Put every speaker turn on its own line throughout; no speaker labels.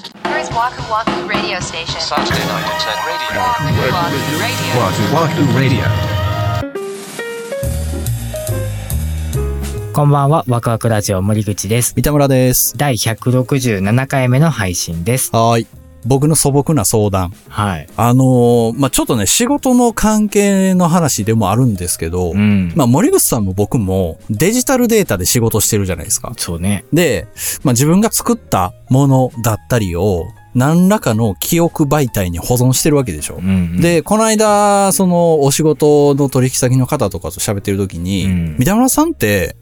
Waku Waku Radio Station.
Saturday night at 10 radio.
Waku Waku
Wahoo Wahoo
Radio.
Radio.
こんばんは、ワクワクラジオ森口です。
三田村です。
第167回目の配信です。
はーい。僕の素朴な相談。
はい。
あのーまあ、ちょっとね、仕事の関係の話でもあるんですけど、
うん。
まあ、森口さんも僕もデジタルデータで仕事してるじゃないですか。
そうね。
で、まあ、自分が作ったものだったりを、何らかの記憶媒体に保存してるわけでしょ
う。ん。、
で、この間、その、お仕事の取引先の方とかと喋ってる時に、
うん
三田村さんって、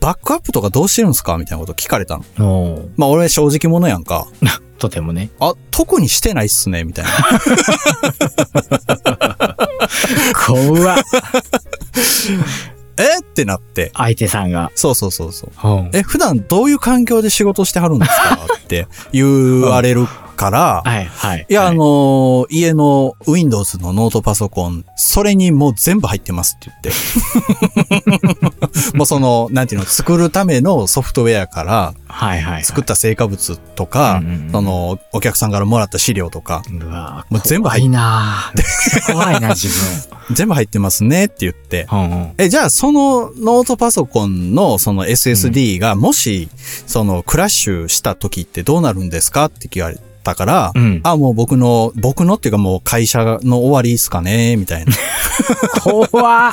バックアップとかどうしてるんですかみたいなこと聞かれたの。
おー
まあ、俺正直者やんか。
とてもね。
あ、特にしてないっすね、みたいな。
怖っ。
えってなって。
相手さんが。
そうそうそうそ
う
う。
ん
え、普段どういう環境で仕事してはるんですかって言われるから、
はい、はい。
いや、
は
あのー家の Windows のノートパソコン、それにもう全部入ってますって 言って。もうその、なんていうの、作るためのソフトウェアから、
はい、はい。
作った成果物とか、
うんうんうん
その、お客さんからもらった資料とか、
うわ
もう全部入
怖い
っ
なぁ。怖いな、自
全部入ってますねって言って、
分。うんうん。
え、じゃあ、そのノートパソコンのその SSD が、もし、そのクラッシュした時ってどうなるんですかって聞かれたから、
うん
あ、もう僕の、僕のっていうかもう会社の終わりっすかねみ たいな。
怖っ。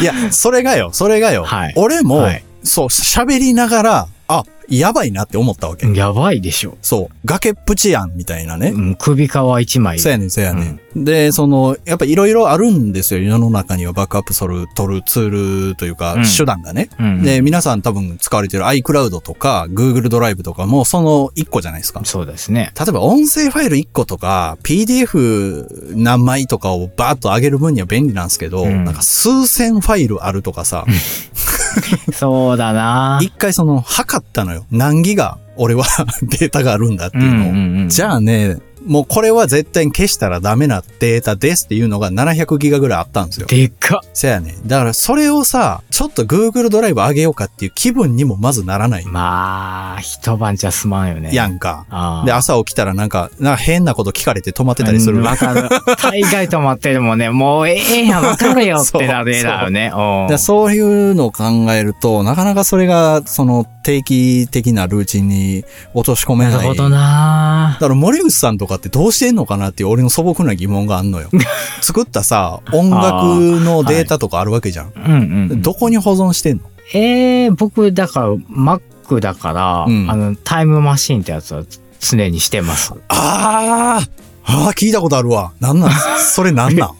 いや、それがよ、それがよ。
はい
俺も、
はい
そう、喋りながら、あ、やばいなって思ったわけ。
やばいでしょ。
そう、崖っぷちやん、みたいなね。
うん、首皮一枚。
そうやねん、そうやねん。で、その、やっぱいろいろあるんですよ。世の中にはバックアップ取る、取るツールというか
うん、
手段がね。
うん
で、皆さん多分使われてる iCloud とか Google ドライブとかもその1個じゃないですか。
そうですね。
例えば音声ファイル1個とか PDF 何枚とかをバーッと上げる分には便利なんですけど、
うん
なんか数千ファイルあるとかさ、
そうだなぁ。
一回その測ったのよ。何ギガ俺は データがあるんだっていうのを。
うんうんうん
じゃあね、もうこれは絶対に消したらダメなデータですっていうのが700ギガぐらいあったんですよ。
でっかっ。
せやね。だからそれをさ、ちょっと Google ドライブ上げようかっていう気分にもまずならない
まあ、一晩じゃ済まんよね。
やんか。
あー
で、朝起きたらなんか、なんか変なこと聞かれて止まってたりす
う
る
ん。わかる。大概止まってるもんね、もうええやん、わかるよっ
そう
てなれだよね。うん
でそういうのを考えると、なかなかそれが、その、定期的なルーチンに落とし込めな。
ないるほどな
だから森口さんとかってどうしてんのかなっていう俺の素朴な疑問があん のよ。作ったさ、音楽のデータとかあるわけじゃん。
うんうん。
どこに保存してんの
えー、僕、だから、Mac だから、
うん
あの、タイムマシンってやつは常にしてます。
あーあー聞いたことあるわ。な んなんそれなんなん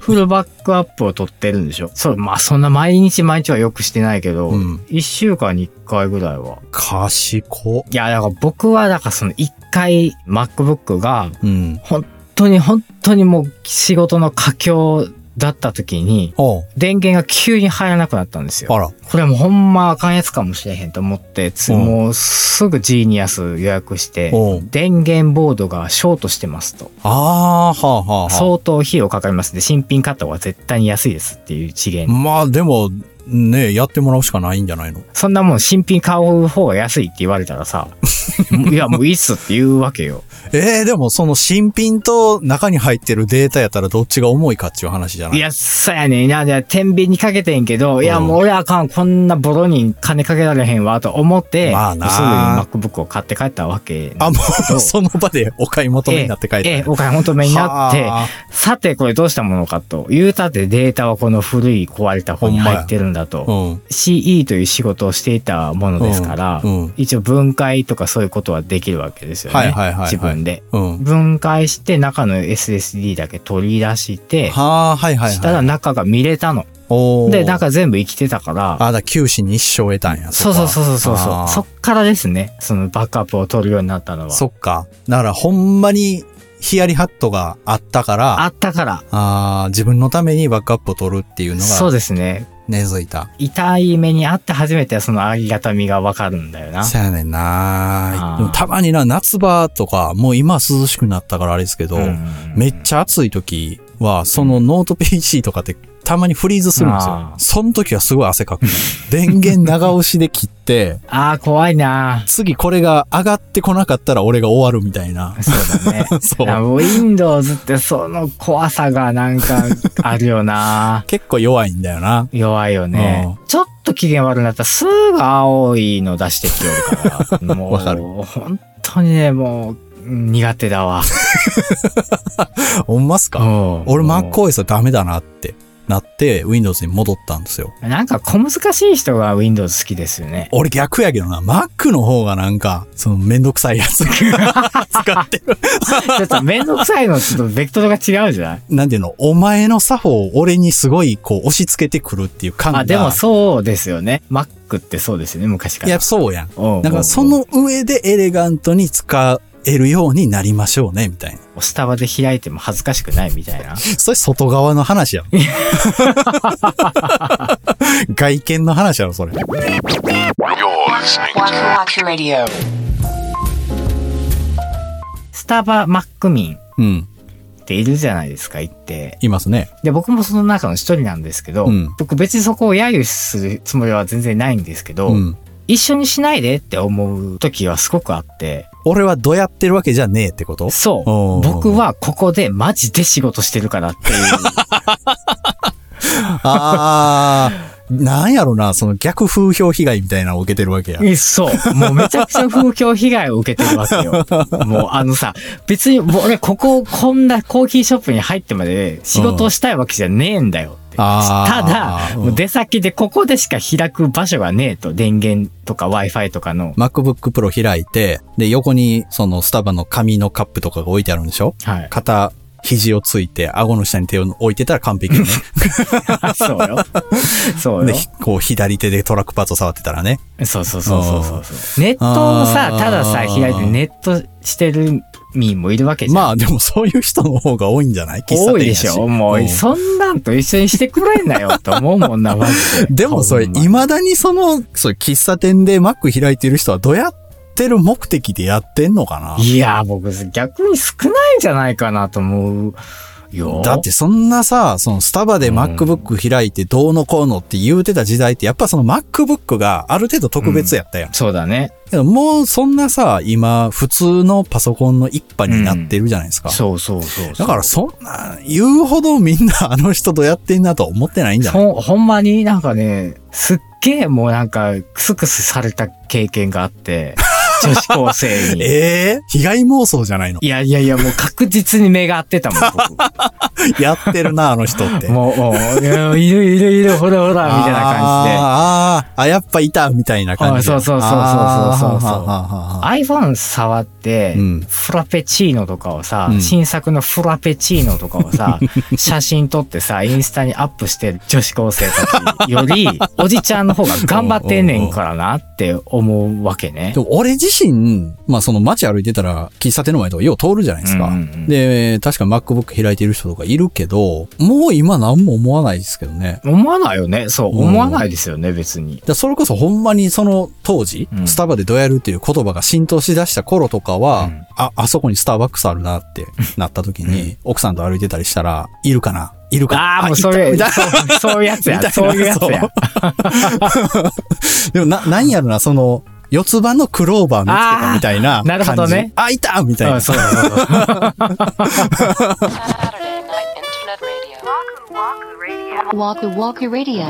フルバックアップを取ってるんでしょそう、まあそんな毎日毎日はよくしてないけど、
うん
一1週間に1回ぐらいは。
賢っ。
いや、だから僕は、だからその1回 MacBook が、
うん。
本当に本当にもう仕事の佳境だった時に、
おう
電源が急に入らなくなったんですよ。
あら。
これもうほんまあかんやつかもしれへんと思って、つ
うん
もうすぐジーニアス予約して
おう、
電源ボードがショートしてますと。
ああ、はあはあ、はあ。
相当費用かかりますんで、新品買った方が絶対に安いですっていう次元。
まあでも、ねやってもらうしかないんじゃないの
そんなもん新品買う方が安いって言われたら さ、いやもういいっすって言うわけよ。
ええでもその新品と中に入ってるデータやったらどっちが重いかっていう話じゃない
いや、そうやねんな。じゃあ、天秤にかけてんけど、いや、
うん
もう俺あかん、こんなボロに金かけられへんわ、と思って、
まあな
すぐに MacBook を買って帰ったわけな
あ、
ん
も
ですけど。
うその場でお買い求めになって書
え
い
えええ
てある。
お金求めになって
はあ、
さて、これどうしたものかと。言うたってデータはこの古い壊れた方に入ってるんだと。
うん。
CE という仕事をしていたものですから、
うんうん
一応分解とかそういうことはできるわけですよね。
はいはいはいはい
自分で。
うん。
分解して中の SSD だけ取り出して、
はあ、はいはいはい。
したら中が見れたの。
おー
で、中全部生きてたから、
あ、だ、九死に一生得たんや。
そうそうそうそうそうそう。そ
そ
っからですね、そのバックアップを取るようになったのは。
そっか。だから、ほんまに、ヒヤリハットがあったから、
あ
あ
ったから、
あー自分のためにバックアップを取るっていうの
そう
が
ですね。
根付いた。
痛い目にあって初めてそのありがたみがわかるんだよな。
そやねん
あー
なでもたまにな、夏場とか、もう今は涼しくなったからあれですけど、
うん
めっちゃ暑い時、は、そのノート PC とかってたまにフリーズするんですよ
あ。ー
その時はすごい汗かく。電源長押しで切って、
ああ、怖いな。
次これが上がってこなかったら俺が終わるみたいな。
そうだね。
そう。
あ Windows ってその怖さがなんかあるよな
結構弱いんだよな。
弱いよね。ちょっと機嫌悪くなったらすぐ青いの出してきよる から。も
わかる
う、本当にね、もう、苦手だわ。
ほんますか
うん
俺 MacOS はダメだなってなって、Windows に戻ったんですよ。
なんか小難しい人が Windows 好きですよ ね。
俺逆やけどな、Mac の方がなんか、そのめんどくさいやつ使ってる。
ちょっとめんどくさいのちょっとベクトルが違うじゃない
なんていうの、お前の作法を俺にすごいこう押し付けてくるっていう感が。
あ、でもそうですよね。Mac ってそうですよね、昔か
い
ら。
や、そうやん。
うん、
だからその上でエレガントに使えるようになりましょうね、みたいな。
うんスタバで開いても恥ずかしくないみたいな。
それ外側の話やん。 外見の話やろ、それ。
Waku Waku Radio.
スタバマックミン
うん。
っているじゃないですか、行って。
いますね。
で、僕もその中の一人なんですけど、
うん
僕別にそこを揶揄するつもりは全然ないんですけど、
うん。
一緒にしないでって思う時はすごくあって、
俺はどやってるわけじゃねえってこと
そう。
おー
僕はここでマジで仕事してるからっていう。
ああ、なんやろな、その逆風評被害みたいなのを受けてるわけや。
え、そう。もうめちゃくちゃ風評被害を受けてるわけ よ。もうあのさ、別にもう俺こここんなコーヒーショップに入ってまで仕事をしたいわけじゃねえんだよって。
あ
た
ー
だ、
うん
もう出先でここでしか開く場所がねえと。電源とか Wi-Fi とかの。
MacBook Pro 開いて、で、横にそのスタバの紙のカップとかが置いてあるんでしょ
はい。
肩、肘をついて、顎の下に手を置いてたら完璧よね。
そうよ。そう
で、
よ。
ひこう左手でトラックパッド触ってたらね。
そうそうそうそうそうそう。ネットをさ
あ、ー
たださ、開いてネットしてる民もいるわけじゃん。
まあでもそういう人の方が多いんじゃない喫茶店や
多いでしょもう、
ん
そんなんと一緒にしてくれんなよと思うもんな、マジで。
でもそれ、
ほんま
未だにその、そう、喫茶店でマック開いてる人はどうやってる目的でやってんのかない
やー、僕、逆に少ないんじゃないかなと思うよ。
だって、そんなさ、そのスタバで MacBook 開いてどうのこうのって言うてた時代って、やっぱその MacBook がある程度特別やったやん。
そうだね。
けどもうそんなさ、今、普通のパソコンの一派になってるじゃないですか。
そうそうそうそう。
だからそんな、言うほどみんなあの人どうやってんなとは思ってないんじゃない
ほん、ほんまになんかね、すっげえもうなんか、クスクスされた経験があ って、女子高生に。
ええ被害妄想じゃないの
いやいやいや、もう確実に目が合ってたもん、 僕。
やってるな、あの人っ て。
もう、もういや、いるいるいる、ほらほら、みたいな感じで。
あーあー、あ、やっぱいた、みたいな感じで。
あーそうそうそうそうそうそうそう
あーはははは
iPhone 触って、
うん
フラペチーノとかをさ、
うん
新作のフラペチーノとかを さ、写真撮ってさ、インスタにアップしてる女子高生たちより、おじちゃんの方が頑張ってんねんからなって思うわけね
で。も俺自身、まあその街歩いてたら、喫茶店の前とかよう通るじゃないですか。
うんうんうん
で、確か MacBook 開いてる人とかいるけど、もう今何も思わないですけどね。
思わないよね。そう、
うん
思わないですよね、別に。
だそれこそほんまにその当時、
うん
スタバでどうやるっていう言葉が浸透しだした頃とかは、
うん
あ、あそこにスターバックスあるなってなった時に、奥さんと歩いてたりしたら、いるかないるかな
ああ、もう
いた
それ、
みたいな
そうそういうやつ
みたい
や。
な
そういうやつや。
で もな、なんやろな、その、四つ葉のクローバー見つけたみたいな
あーなるほどね
感じあ、いたみたいな。
うんそうそうそう
Saturday Night Internet Radio. Waku Waku Radio.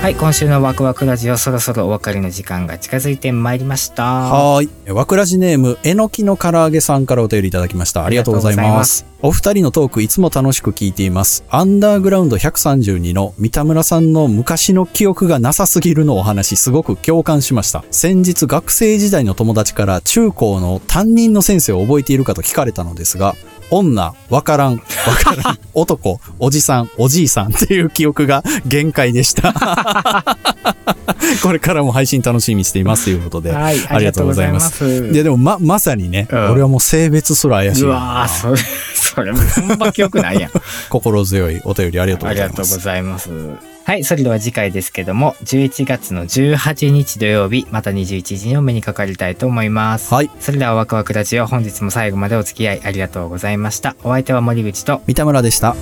はい、今週のワクワクラジオ、そろそろお別れの時間が近づいてまいりました。
はーい。わくらじネーム、えのきの唐揚げさんからお便りいただきました。ありがとうございます。お二人のトークいつも楽しく聞いています。アンダーグラウンド132の三田村さんの昔の記憶がなさすぎるのお話、すごく共感しました。先日学生時代の友達から中高の担任の先生を覚えているかと聞かれたのですが、女、わからん、わからん、男、おじさん、おじいさんっていう記憶が限界でした。 これからも配信楽しみにしていますということで。
はい、ありがとうございます。
いや、でもま、まさにね、
うん
俺はもう性別すら怪しいうな
わーそれ、それ、ほんま記憶ないやん。
心強いお便りありがとう
あ
ご
り
ざい
が
ま
とう
す
ご。ざいます。はい、それでは次回ですけども、11月の18日土曜日、また21時にお目にかかりたいと思います。
はい。
それではワクワクラジオ、本日も最後までお付き合いありがとうございました。お相手は森口と、
三田村でした。